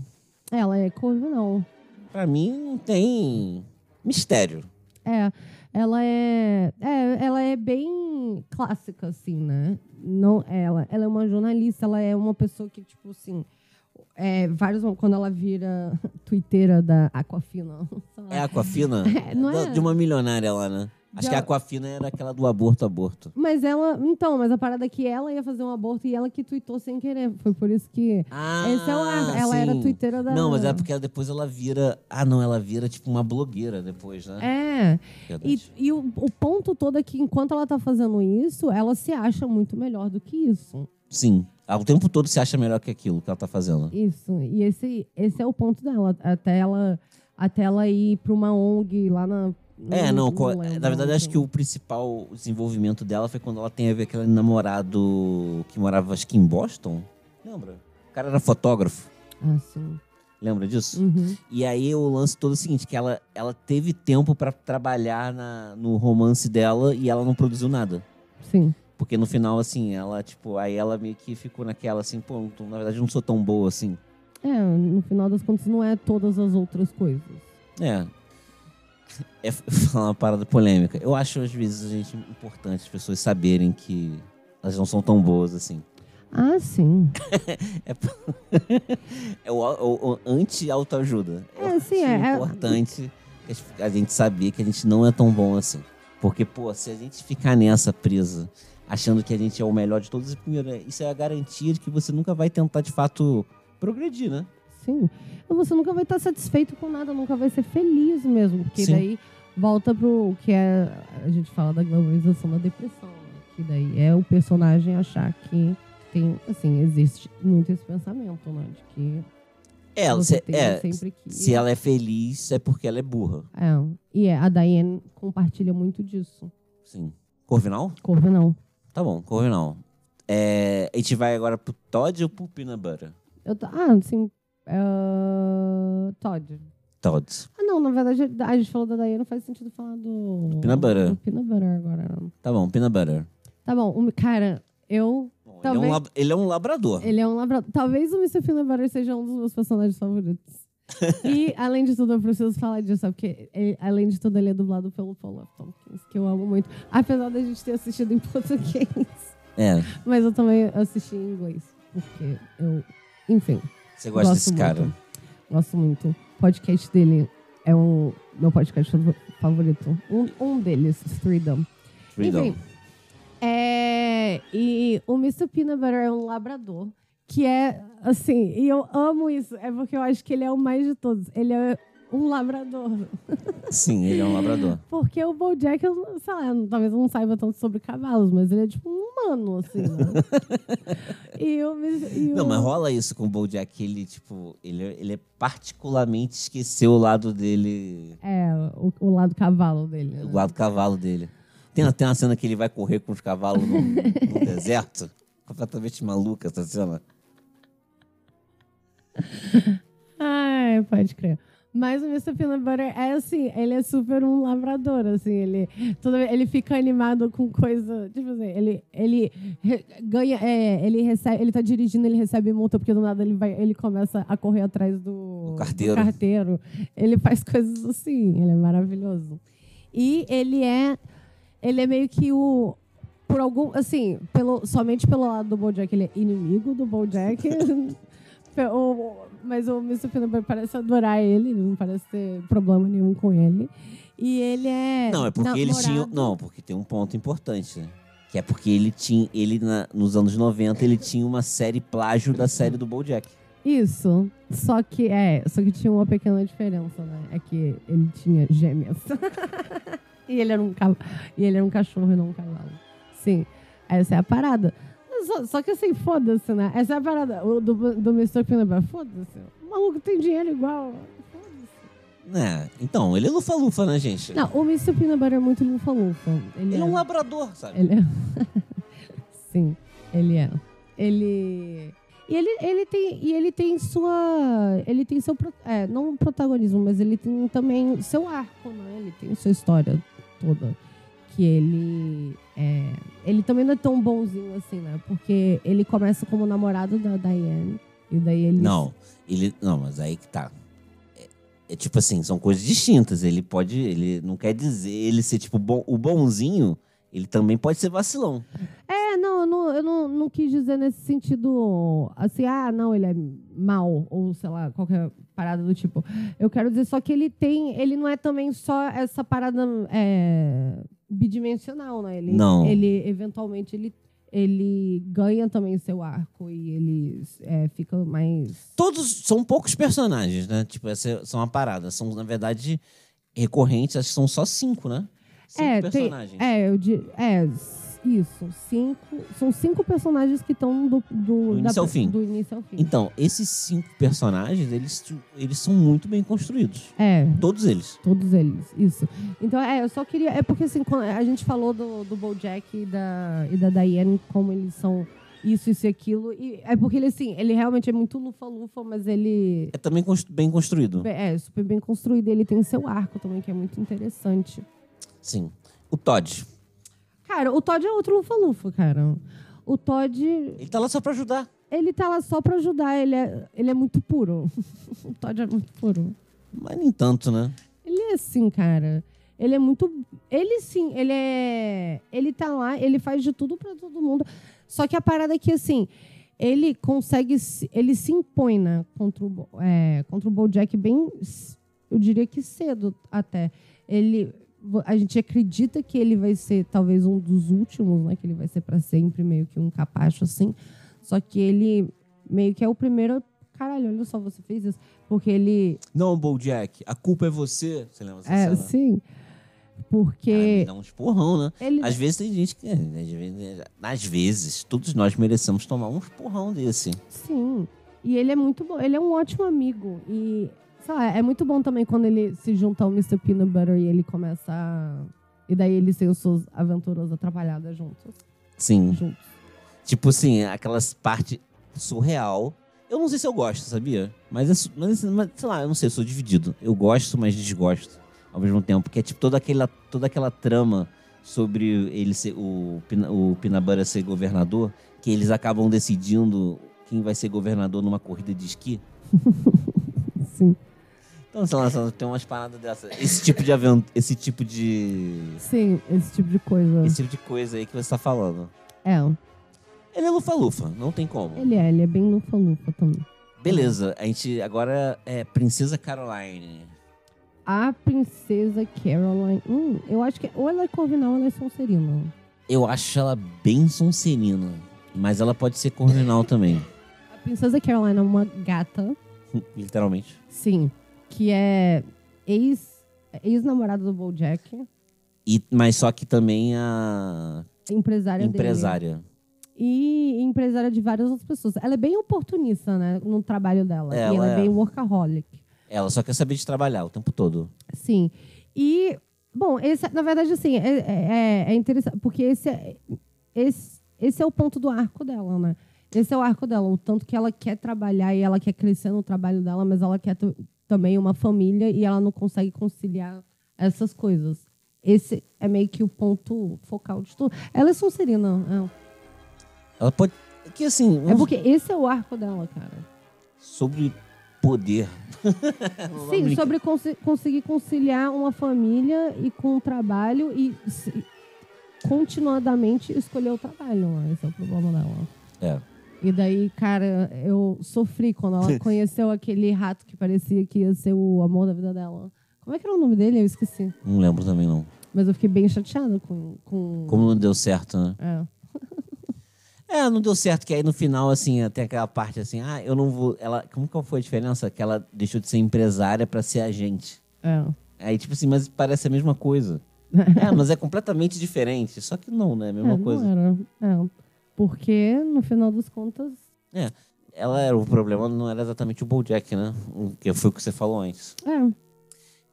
S1: Ela é corvinal.
S2: Pra mim, não tem mistério.
S1: É, ela é, é, ela é bem clássica assim, né? Não ela, ela é uma jornalista, ela é uma pessoa que tipo assim, é, vários quando ela vira (laughs) twitteira da Aquafina, (laughs) sei lá.
S2: É a Aquafina?
S1: (laughs) É, não é?
S2: Da- De uma milionária lá, né? Acho
S1: Já-
S2: que a Aquafina era aquela do aborto, aborto.
S1: Mas ela, então, mas a parada é que ela ia fazer um aborto e ela que tweetou sem querer, foi por isso que
S2: Ah,
S1: Esse é o ar- ela era twitteira da-
S2: Não, mas é porque ela- depois ela vira. Ah, não, ela vira tipo uma blogueira depois, né?
S1: é. E,
S2: Verdade.
S1: e o, o ponto todo é que enquanto ela tá fazendo isso, ela se acha muito melhor do que isso.
S2: Sim. Ah, O tempo todo se acha melhor que aquilo que ela tá fazendo.
S1: Isso. E esse, esse é o ponto dela. Até ela, até ela ir pra uma ONG lá na. né,
S2: É, não, co-
S1: lembro
S2: na verdade
S1: onde.
S2: acho que o principal desenvolvimento dela foi quando ela teve aquele namorado que morava acho que em Boston. Lembra? O cara era fotógrafo.
S1: Ah, sim.
S2: Lembra disso?
S1: Uhum.
S2: E aí o lance todo é o seguinte, que ela, ela teve tempo pra trabalhar na- no romance dela e ela não produziu nada.
S1: Sim.
S2: Porque no final, assim, ela, tipo, aí ela meio que ficou naquela, assim, pô, não tô- na verdade eu não sou tão boa assim.
S1: É, no final das contas, não é todas as outras coisas.
S2: É. É f- (laughs) falar uma parada polêmica. Eu acho, às vezes, gente, importante as pessoas saberem que elas não são tão boas assim.
S1: Ah, sim.
S2: (laughs) É o, o- o anti-autoajuda. Eu
S1: É, sim,
S2: acho
S1: é- é-
S2: importante que as- a gente saber que a gente não é tão bom assim. Porque, pô, se a gente ficar nessa presa, achando que a gente é o melhor de todos, primeiro, é- isso é a garantia de que você nunca vai tentar, de fato, progredir, né?
S1: Sim. Você nunca vai estar satisfeito com nada, nunca vai ser feliz mesmo. Porque
S2: Sim.
S1: daí volta pro que é. A gente fala da glamorização da depressão. né? Que daí é o personagem achar que tem. Assim, existe muito esse pensamento, né? De que
S2: É,
S1: você
S2: se,
S1: tem
S2: é,
S1: sempre que.
S2: se ela é feliz, é porque ela é burra.
S1: É, e é, a Diane compartilha muito disso.
S2: Sim. Corvinal?
S1: Corvo não.
S2: Tá bom, Corvinal. É, a gente vai agora pro Todd ou pro Peanut Butter?
S1: Eu tô, ah, assim. ah, Todd.
S2: Todd.
S1: Ah, não, na verdade, a gente falou da Dayane, não faz sentido falar do.
S2: Peanut butter.
S1: do peanut butter agora. não.
S2: Tá bom, peanut butter.
S1: Tá bom, o- cara, eu.
S2: Bom, ele, é
S1: talvez,
S2: um lab- ele é um labrador.
S1: ele é um labrador. Talvez o Mr. Peanut Butter seja um dos meus personagens
S2: (laughs)
S1: favoritos. e, além de tudo, eu preciso falar disso, sabe? porque, ele- além de tudo, ele é dublado pelo Paul F. Tompkins, que eu amo muito. Apesar da gente ter assistido em português.
S2: É,
S1: Mas eu também assisti em inglês, porque eu. Enfim.
S2: você gosta
S1: Gosto
S2: desse cara.
S1: muito. Gosto muito. O podcast dele é o meu podcast fav- favorito. Um, um deles, Freedom.
S2: Freedom.
S1: Enfim. É, e o Mr. Peanut Butter é um labrador. Que é, assim, e eu amo isso. É porque eu acho que ele é o mais de todos. Ele é um labrador.
S2: Sim, ele é
S1: (laughs)
S2: um labrador.
S1: Porque o Bojack, eu, não- sei lá, talvez eu não saiba tanto sobre cavalos, mas ele é tipo um humano, assim, né?
S2: (laughs)
S1: e o, Mr. e o-
S2: Não, mas rola isso com o Bojack. que Ele, tipo, ele, ele é particularmente esqueceu o lado dele,
S1: É, o, o lado cavalo dele. né?
S2: o lado cavalo dele. Tem até uma cena que ele vai correr com os cavalos
S1: (laughs)
S2: no, no deserto. Completamente maluca essa cena.
S1: Ai, pode crer. Mas o Mr. Peanut Butter é assim, ele é super um lavrador, assim, ele, toda, vez- ele fica animado com coisa, tipo assim, ele, ele re- ganha, é, ele recebe, ele tá dirigindo, ele recebe multa, porque do nada ele vai, ele começa a correr atrás do,
S2: Do carteiro.
S1: do carteiro. Ele faz coisas assim, ele é maravilhoso. E ele é, ele é meio que o, por algum, assim, pelo, somente pelo lado do Bojack, ele é inimigo do Bojack. O- mas o Mr. Peanut Butter parece adorar ele, não parece ter problema nenhum com ele. E ele é.
S2: Não, é porque eles tinham.
S1: namorado-
S2: Não, porque tem um ponto importante, né? Que é porque ele tinha. Ele, na- nos anos 90, ele tinha uma série plágio da série do Bojack.
S1: Isso. Só que é, só que tinha uma pequena diferença, né? É que ele tinha gêmeas. (laughs) e ele era um cavalo. E ele era um cachorro e não um cavalo. Sim. Essa é a parada. Só, só que assim, foda-se, né? Essa é a parada. O do, do Mr. Peanut Butter, foda-se. O maluco tem dinheiro igual. Foda-se.
S2: Né? Então, ele é lufa-lufa, né, gente?
S1: Não, o Mr. Peanut Butter é muito lufa-lufa. Ele,
S2: Ele é
S1: é
S2: um labrador, sabe?
S1: Ele é. (laughs) Sim, ele é. Ele. E ele, ele tem. E ele tem sua. Ele tem seu. pro- É, não um protagonismo, mas ele tem também seu arco, né? Ele tem sua história toda. Que ele. É, ele também não é tão bonzinho assim, né? Porque ele começa como namorado da Diane. E daí ele.
S2: Não, ele. Não, mas aí que tá. É- É, tipo assim, são coisas distintas. Ele pode. Ele não quer dizer ele ser, tipo, bom, o bonzinho, ele também pode ser vacilão.
S1: É, não, eu, não, eu não, não quis dizer nesse sentido assim, ah, não, ele é mal, ou sei lá, qualquer parada do tipo. Eu quero dizer só que ele tem, ele não é também só essa parada é, bidimensional, né? Ele,
S2: Não.
S1: Ele, eventualmente, ele, ele ganha também seu arco e ele é, fica mais.
S2: Todos são poucos personagens, né? Tipo, essa, são uma parada. São, na verdade, recorrentes, acho que são só cinco, né? Cinco
S1: é, tem,
S2: personagens.
S1: é, eu di, é, s- isso, cinco, são cinco personagens que estão do, do,
S2: Do início ao fim.
S1: do início ao fim.
S2: Então, esses cinco personagens, eles, eles são muito bem construídos.
S1: é,
S2: Todos eles.
S1: Todos eles, isso. Então, é, eu só queria. É porque, assim, quando a gente falou do, do Bojack e da, e da Diane, como eles são isso, isso e aquilo. E é porque ele, assim, ele realmente é muito lufa-lufa, mas ele
S2: É também cons- bem construído.
S1: é super bem construído. Ele tem seu arco também, que é muito interessante.
S2: Sim. O Todd.
S1: Cara, o Todd é outro lufa-lufa, cara. O Todd,
S2: Ele tá lá só pra ajudar.
S1: ele tá lá só pra ajudar. Ele é, ele é muito puro. (laughs) o Todd é muito puro.
S2: Mas nem tanto, né?
S1: Ele é assim, cara. Ele é muito. Ele sim, ele é. Ele tá lá, ele faz de tudo pra todo mundo. Só que a parada é que, assim, ele consegue. se- Ele se impõe, né? Contra o, Bo- é, contra o Bojack bem. c- Eu diria que cedo até. Ele. vo- A gente acredita que ele vai ser talvez um dos últimos, né? Que ele vai ser pra sempre, meio que um capacho, assim. Só que ele meio que é o primeiro. Caralho, olha só, você fez isso. Porque ele.
S2: Não, Bojack, a culpa é você. Você lembra dessa
S1: É,
S2: cena?
S1: sim.
S2: Cara, me
S1: Porque.
S2: dá um esporrão, né?
S1: Ele,
S2: Às vezes tem gente que... é, Às vezes, às vezes, todos nós merecemos tomar um esporrão desse.
S1: Sim. E ele é muito bom. Ele é um ótimo amigo. E, sei lá, é muito bom também quando ele se junta ao Mr. Peanut Butter e ele começa a... E daí eles têm as suas aventuras atrapalhadas juntos.
S2: Sim.
S1: juntos.
S2: Tipo assim, aquelas partes surreal. Eu Eu não sei se eu gosto, sabia? Mas, é su- mas, mas, sei lá, eu não sei, eu sou dividido. Eu gosto, mas desgosto ao mesmo tempo. Que é tipo toda aquela, toda aquela trama sobre ele ser, o, Pina- o Pinabara ser governador, que eles acabam decidindo quem vai ser governador numa corrida de esqui.
S1: Sim.
S2: Então, sei lá, sei lá, tem umas paradas dessas. Esse tipo de aventura, esse tipo de.
S1: Sim, esse tipo de coisa.
S2: Esse tipo de coisa aí que você tá falando.
S1: É,
S2: Ele é lufa-lufa, não tem como.
S1: ele é, ele é bem lufa-lufa também.
S2: Beleza, a gente agora é Princesa Caroline.
S1: A princesa Caroline. Hum, eu acho que ou ela é Corvinal ou ela é Sonserina.
S2: Eu acho ela bem sonserina, mas ela pode ser
S1: É.
S2: corvinal também,
S1: A princesa Caroline é uma gata,
S2: literalmente.
S1: sim, que é ex, ex-namorada do Bojack,
S2: E, mas só que também a
S1: empresária, dele.
S2: empresária.
S1: E empresária de várias outras pessoas. Ela é bem oportunista, né, no trabalho dela. e
S2: Ela
S1: ela
S2: é.
S1: é bem workaholic.
S2: Ela só quer saber de trabalhar o tempo todo.
S1: Sim. E, bom, esse, na verdade, assim, é, é- é interessante, porque esse é, esse, esse é o ponto do arco dela, né? Esse é o arco dela, o tanto que ela quer trabalhar e ela quer crescer no trabalho dela, mas ela quer t- também uma família e ela não consegue conciliar essas coisas. Esse é meio que o ponto focal de tudo. Ela é Sonserina.
S2: Ela pode. Que assim, um
S1: É, é porque esse é o arco dela, cara.
S2: sobre poder. Não dá
S1: Sim,
S2: brinca-
S1: sobre consi- conseguir conciliar uma família e com o trabalho e se- continuadamente escolher o trabalho. né? Esse é o problema dela.
S2: É.
S1: E daí, cara, eu sofri quando ela conheceu aquele rato que parecia que ia ser o amor da vida dela. Como é que era o nome dele? Eu esqueci.
S2: Não lembro também, não.
S1: Mas eu fiquei bem chateada com. com...
S2: Como não deu certo, né?
S1: É.
S2: É, não deu certo, que aí no final, assim, tem aquela parte assim, ah, eu não vou. Ela, como que foi a diferença? Que ela deixou de ser empresária pra ser agente.
S1: É.
S2: Aí, tipo assim, mas parece a
S1: (laughs)
S2: mesma coisa. é, mas é completamente diferente. Só que não, né? A
S1: É,
S2: mesma
S1: não
S2: coisa.
S1: era. É. Porque, no final das contas.
S2: Ela era o problema, não era exatamente o Bojack, né? O que foi o que você falou antes.
S1: É.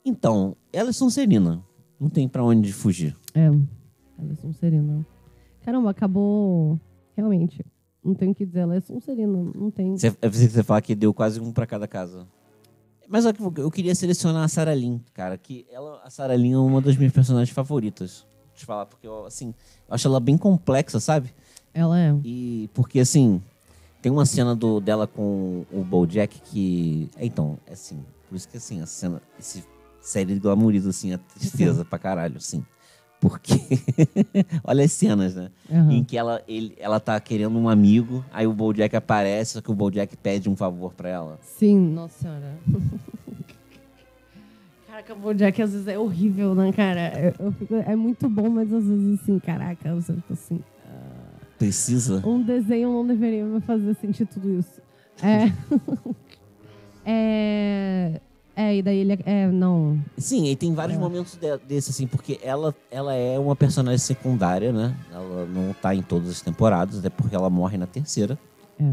S2: Então, ela é Sonserina. Não tem pra onde fugir.
S1: É. Ela é Sonserina. Caramba, acabou. Realmente. Não tenho o que dizer. Ela é Sonserina. Não tem.
S2: Você, é você que você fala que deu quase um pra cada casa. Mas olha que eu- eu queria selecionar a Sarah Lynn, cara, que ela, a Sarah Lynn é uma das minhas personagens favoritas. Vou te falar, porque eu, assim, eu acho ela bem complexa, sabe?
S1: Ela é.
S2: E porque assim, tem uma cena do, dela com o Bojack que. é, Então, é assim, por isso que assim, a cena. Esse série glamoriza, assim, a tristeza pra caralho, assim. Porque. (laughs) Olha as cenas, né?
S1: Aham.
S2: Em que ela, ele, ela tá querendo um amigo, aí o Bojack aparece, só que o Bojack pede um favor pra ela.
S1: Sim, nossa senhora. (laughs) Caraca, o Jack às vezes é horrível, né, cara? Eu- eu fico- é muito bom, mas às vezes assim, caraca, você fica assim.
S2: Precisa.
S1: Um desenho não deveria me fazer sentir tudo isso. É. (laughs) é. É, e daí ele. É, não.
S2: Sim, e tem vários
S1: É.
S2: momentos de, desse, assim, porque ela, ela é uma personagem secundária, né? Ela não tá em todas as temporadas, até porque ela morre na terceira.
S1: É.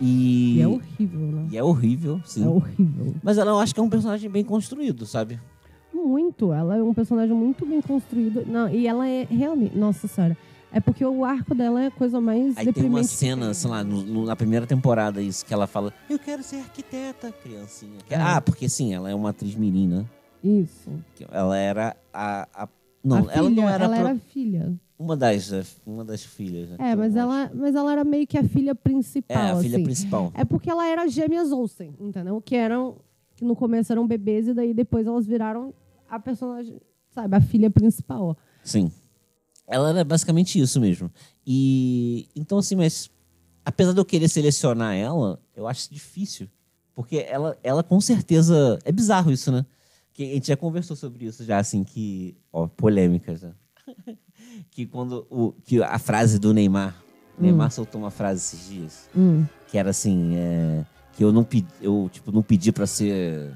S2: E.
S1: E é horrível, né?
S2: E é horrível, sim.
S1: É horrível.
S2: Mas ela, eu acho que é um personagem bem construído, sabe?
S1: Muito. Ela é um personagem muito bem construído. Não, e ela é realmente. Nossa senhora. É porque o arco dela é a coisa mais
S2: Aí tem
S1: deprimente.
S2: uma
S1: que
S2: cena,
S1: tem.
S2: sei lá, no- no- na primeira temporada, isso, que ela fala, eu quero ser arquiteta, criancinha. Que- Ah, porque sim, ela é uma atriz menina.
S1: Isso.
S2: Ela era a. a- não,
S1: A
S2: ela
S1: filha,
S2: não era,
S1: ela
S2: pro-
S1: era filha.
S2: uma das uma das filhas. Né?
S1: É, mas
S2: Eu
S1: ela,
S2: acho.
S1: mas ela era meio que a filha
S2: É,
S1: principal.
S2: a filha
S1: assim.
S2: principal.
S1: É porque ela era gêmeas Olsen, entendeu? Que eram. Que no começo eram bebês e daí depois elas viraram a personagem, sabe, a filha principal.
S2: Sim. Ela era basicamente isso mesmo. E então assim, mas apesar de eu querer selecionar ela, eu acho difícil, porque ela ela com certeza é bizarro isso, né? Que a gente já conversou sobre isso já assim que, ó, polêmicas, né? que quando o que a frase do Neymar, o Neymar soltou uma frase esses dias,
S1: Hum.
S2: que era assim, é, que eu não pedi, eu tipo não pedi pra ser,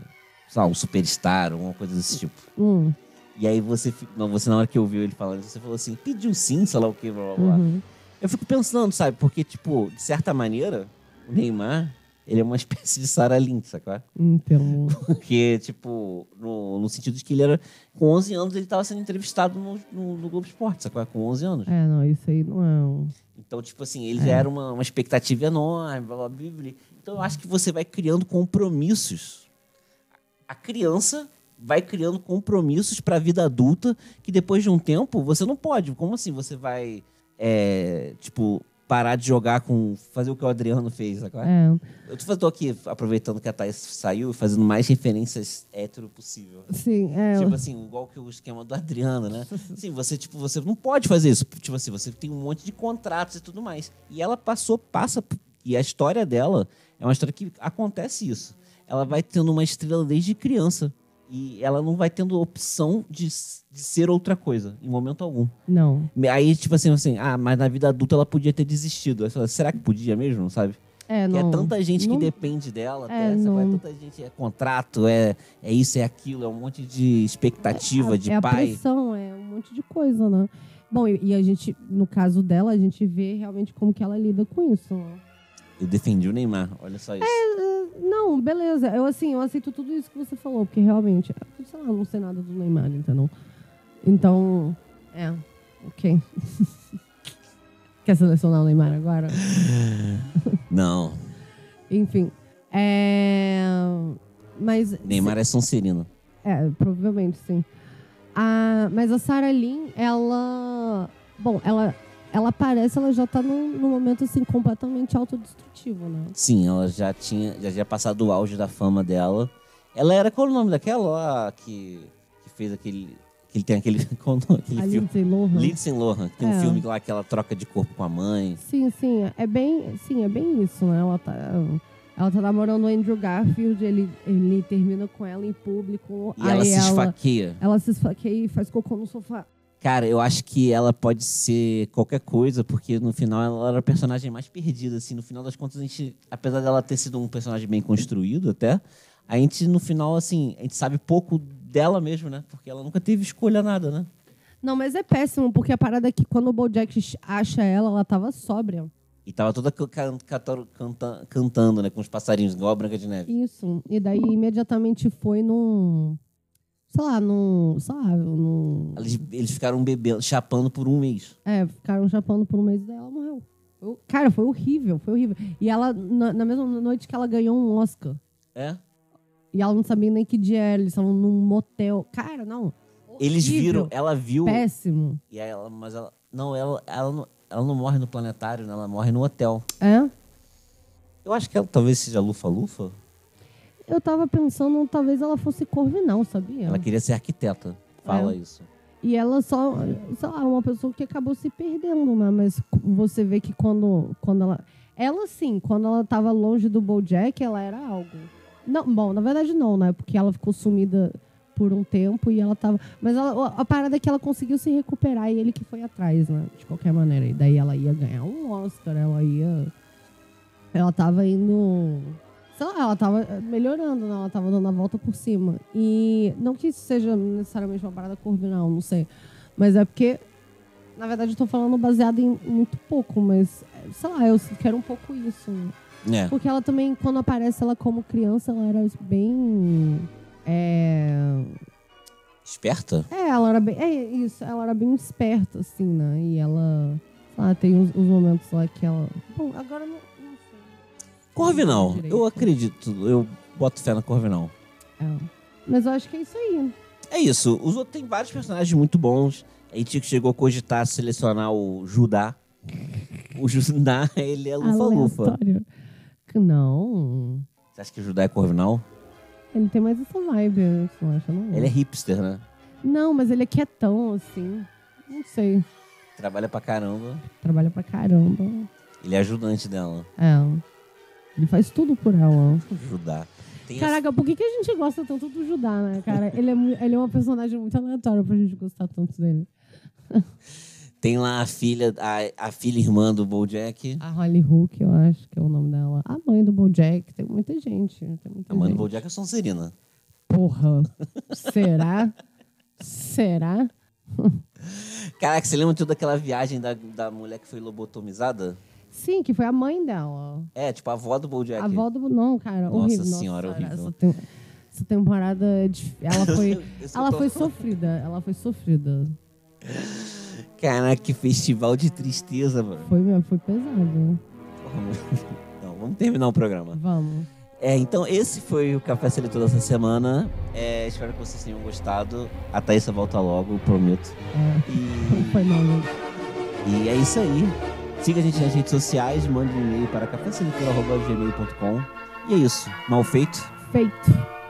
S2: sei lá, um superstar, alguma coisa desse tipo.
S1: Hum.
S2: E aí você, fi- não, você na hora que ouviu ele falando, isso, você falou assim, pediu sim, sei lá o que, blá blá blá.
S1: Uhum.
S2: Eu fico pensando, sabe? Porque, tipo, de certa maneira, o Neymar, ele é uma (laughs) espécie de Sarah Lynn, sabe?
S1: Hum, pelo amor.
S2: Porque, tipo, no, no sentido de que ele era... Com 11 anos, ele tava sendo entrevistado no, no, no Globo Esporte, sabe? Com 11 anos.
S1: É, não, isso aí não é um.
S2: Então, tipo assim, ele já era uma, uma expectativa enorme, blá, blá, blá, blá. Então, eu acho que você vai criando compromissos. A criança vai criando compromissos para a vida adulta que depois de um tempo você não pode. Como assim você vai, é, tipo, parar de jogar com. fazer o que o Adriano fez agora?
S1: É.
S2: Eu tô, tô aqui aproveitando que a Thaís saiu e fazendo mais referências hétero possível.
S1: Sim, é.
S2: Tipo assim, igual que o esquema do Adriano, né? Sim, você, tipo, você não pode fazer isso. Tipo assim, você tem um monte de contratos e tudo mais. E ela passou, passa. p- E a história dela é uma história que acontece isso. Ela vai tendo uma estrela desde criança. E ela não vai tendo opção de, s- de ser outra coisa, em momento algum.
S1: um, Não.
S2: Aí, tipo assim, assim, ah, mas na vida adulta ela podia ter desistido. Aí você fala, Será que podia mesmo, sabe?
S1: É,
S2: Porque
S1: não.
S2: é tanta gente
S1: Não-
S2: que depende dela,
S1: É,
S2: dessa, vai,
S1: não.
S2: tanta gente, é contrato, é, é isso, é aquilo, é um monte de expectativa
S1: é,
S2: de
S1: é a
S2: pai.
S1: pressão, é um monte de coisa, né? Bom, e, e a gente, no caso dela, a gente vê realmente como que ela lida com isso, né?
S2: Eu defendi o Neymar, olha só isso.
S1: Não, beleza. Eu assim, eu aceito tudo isso que você falou, porque realmente, sei lá, eu não sei nada do Neymar, entendeu? Então, é, ok. (laughs) Quer selecionar o Neymar agora?
S2: Não,
S1: Enfim. É. Mas.
S2: Neymar é Sonserino.
S1: É, provavelmente sim. A, mas a Sarah Lynn, ela. Bom, ela, ela parece, ela já tá num, num momento assim completamente autodestrutivo, né?
S2: Sim, ela já tinha, já tinha passado o auge da fama dela. Ela era, qual o nome daquela lá que, que fez aquele, que ele tem aquele, (laughs) qual o nome daquele
S1: A
S2: filme?
S1: Lindsay Lohan.
S2: Lindsay Lohan, que tem
S1: É.
S2: um filme lá que ela troca de corpo com a mãe.
S1: Sim, sim, é bem, sim, é bem isso, né? Ela tá, ela tá namorando o Andrew Garfield, ele, ele termina com ela em público,
S2: E
S1: aí
S2: ela se
S1: ela,
S2: esfaqueia.
S1: ela se esfaqueia e faz cocô no sofá.
S2: Cara, eu acho que ela pode ser qualquer coisa, porque no final ela era a personagem mais perdida, assim. No final das contas, a gente, apesar dela ter sido um personagem bem construído até, a gente, no final, assim, a gente sabe pouco dela mesmo, né? Porque ela nunca teve escolha nada, né?
S1: Não, mas é péssimo, porque a parada é que quando o Bojack acha ela, ela tava sóbria.
S2: E tava toda ca- ca- cator- canta- cantando, né? Com os passarinhos, igual a Branca de Neve.
S1: Isso, e daí imediatamente foi num, sei lá, num, sei lá, num...
S2: Eles, eles ficaram bebendo, chapando por um mês.
S1: É, ficaram chapando por um mês e daí ela morreu. Eu- cara, foi horrível, foi horrível. E ela, na- na mesma noite que ela ganhou um Oscar,
S2: É?
S1: E ela não sabia nem que dia era, eles estavam num motel. Cara, não.
S2: Eles
S1: Horrível.
S2: viram, é, ela viu.
S1: Péssimo.
S2: E aí ela, mas ela. Não, ela, ela, não, ela não morre no planetário, né? Ela morre no hotel.
S1: É?
S2: Eu acho que ela talvez seja lufa-lufa.
S1: Eu tava pensando, talvez ela fosse corvinal, sabia?
S2: Ela queria ser arquiteta. Fala
S1: É.
S2: isso.
S1: E ela só, sei lá, uma pessoa que acabou se perdendo, né? Mas c- você vê que quando, quando ela. Ela sim, quando ela tava longe do Bojack, ela era algo. Não, bom, na verdade não, né? Porque ela ficou sumida por um tempo e ela tava. Mas ela- a parada é que ela conseguiu se recuperar e ele que foi atrás, né? De qualquer maneira. E daí ela ia ganhar um Oscar, ela ia. Ela tava indo. Sei lá, ela tava melhorando, né? Ela tava dando a volta por cima. E não que isso seja necessariamente uma parada corvinal, não sei. Mas é porque, na verdade, eu tô falando baseado em muito pouco, mas é, sei lá, eu quero um pouco isso. né?
S2: É.
S1: Porque ela também, quando aparece ela como criança, ela era bem. É.
S2: Esperta?
S1: É, ela era bem. É isso, ela era bem esperta, assim, né? E ela. Sei lá, tem uns, uns momentos lá que ela. Bom, agora não. não sei.
S2: Corvinal.
S1: Direito.
S2: Eu acredito. Eu boto fé na Corvinal.
S1: É. Mas eu acho que é isso aí.
S2: É isso. Os outros tem vários personagens muito bons. A gente chegou a cogitar selecionar o Judá. O Judá, (laughs) ele é lufa-lufa.
S1: Aleatório. Que Não.
S2: Você acha que o Judá é Corvinal?
S1: Ele tem mais essa vibe, você não acha, não?
S2: Ele é hipster, né?
S1: Não, mas ele é quietão, assim. Não sei.
S2: Trabalha pra caramba.
S1: Trabalha pra caramba.
S2: Ele é ajudante dela.
S1: É. Ele faz tudo por ela.
S2: O Judá. Tem
S1: Caraca, por que, que a gente gosta tanto do Judá, né, cara? Ele é, mu- ele é uma personagem muito aleatória pra gente gostar tanto dele.
S2: Tem lá a filha, a, a filha irmã do Bojack.
S1: A Holly Hook, eu acho que é o nome dela. A mãe do Bojack. Tem muita gente. Tem muita
S2: A mãe do
S1: gente.
S2: Bojack é Sonserina. (laughs)
S1: Porra. Será? Será?
S2: Caraca, você lembra tudo daquela viagem da, da mulher que foi lobotomizada?
S1: Sim, que foi a mãe dela.
S2: É, tipo a avó do Bojack.
S1: A avó do... Não, cara.
S2: Nossa
S1: horrível.
S2: senhora, horrível.
S1: Essa, tem- essa temporada...
S2: (laughs)
S1: é dif- Ela foi...
S2: Isso que eu
S1: Ela
S2: tô
S1: foi
S2: falando.
S1: sofrida, ela foi sofrida.
S2: Caraca, que festival de tristeza, mano. (laughs)
S1: Foi, meu, foi pesado.
S2: Porra, mano. Não, vamos terminar o programa.
S1: Vamos.
S2: É, então esse foi o Café Seletor dessa semana. É, espero que vocês tenham gostado. A Thaísa volta logo, prometo.
S1: É,
S2: E,
S1: foi mal, gente.
S2: e é isso aí. Siga a gente nas redes sociais, mande um e-mail para caféseletor.gmail.com. E é isso. Mal feito.
S1: Feito.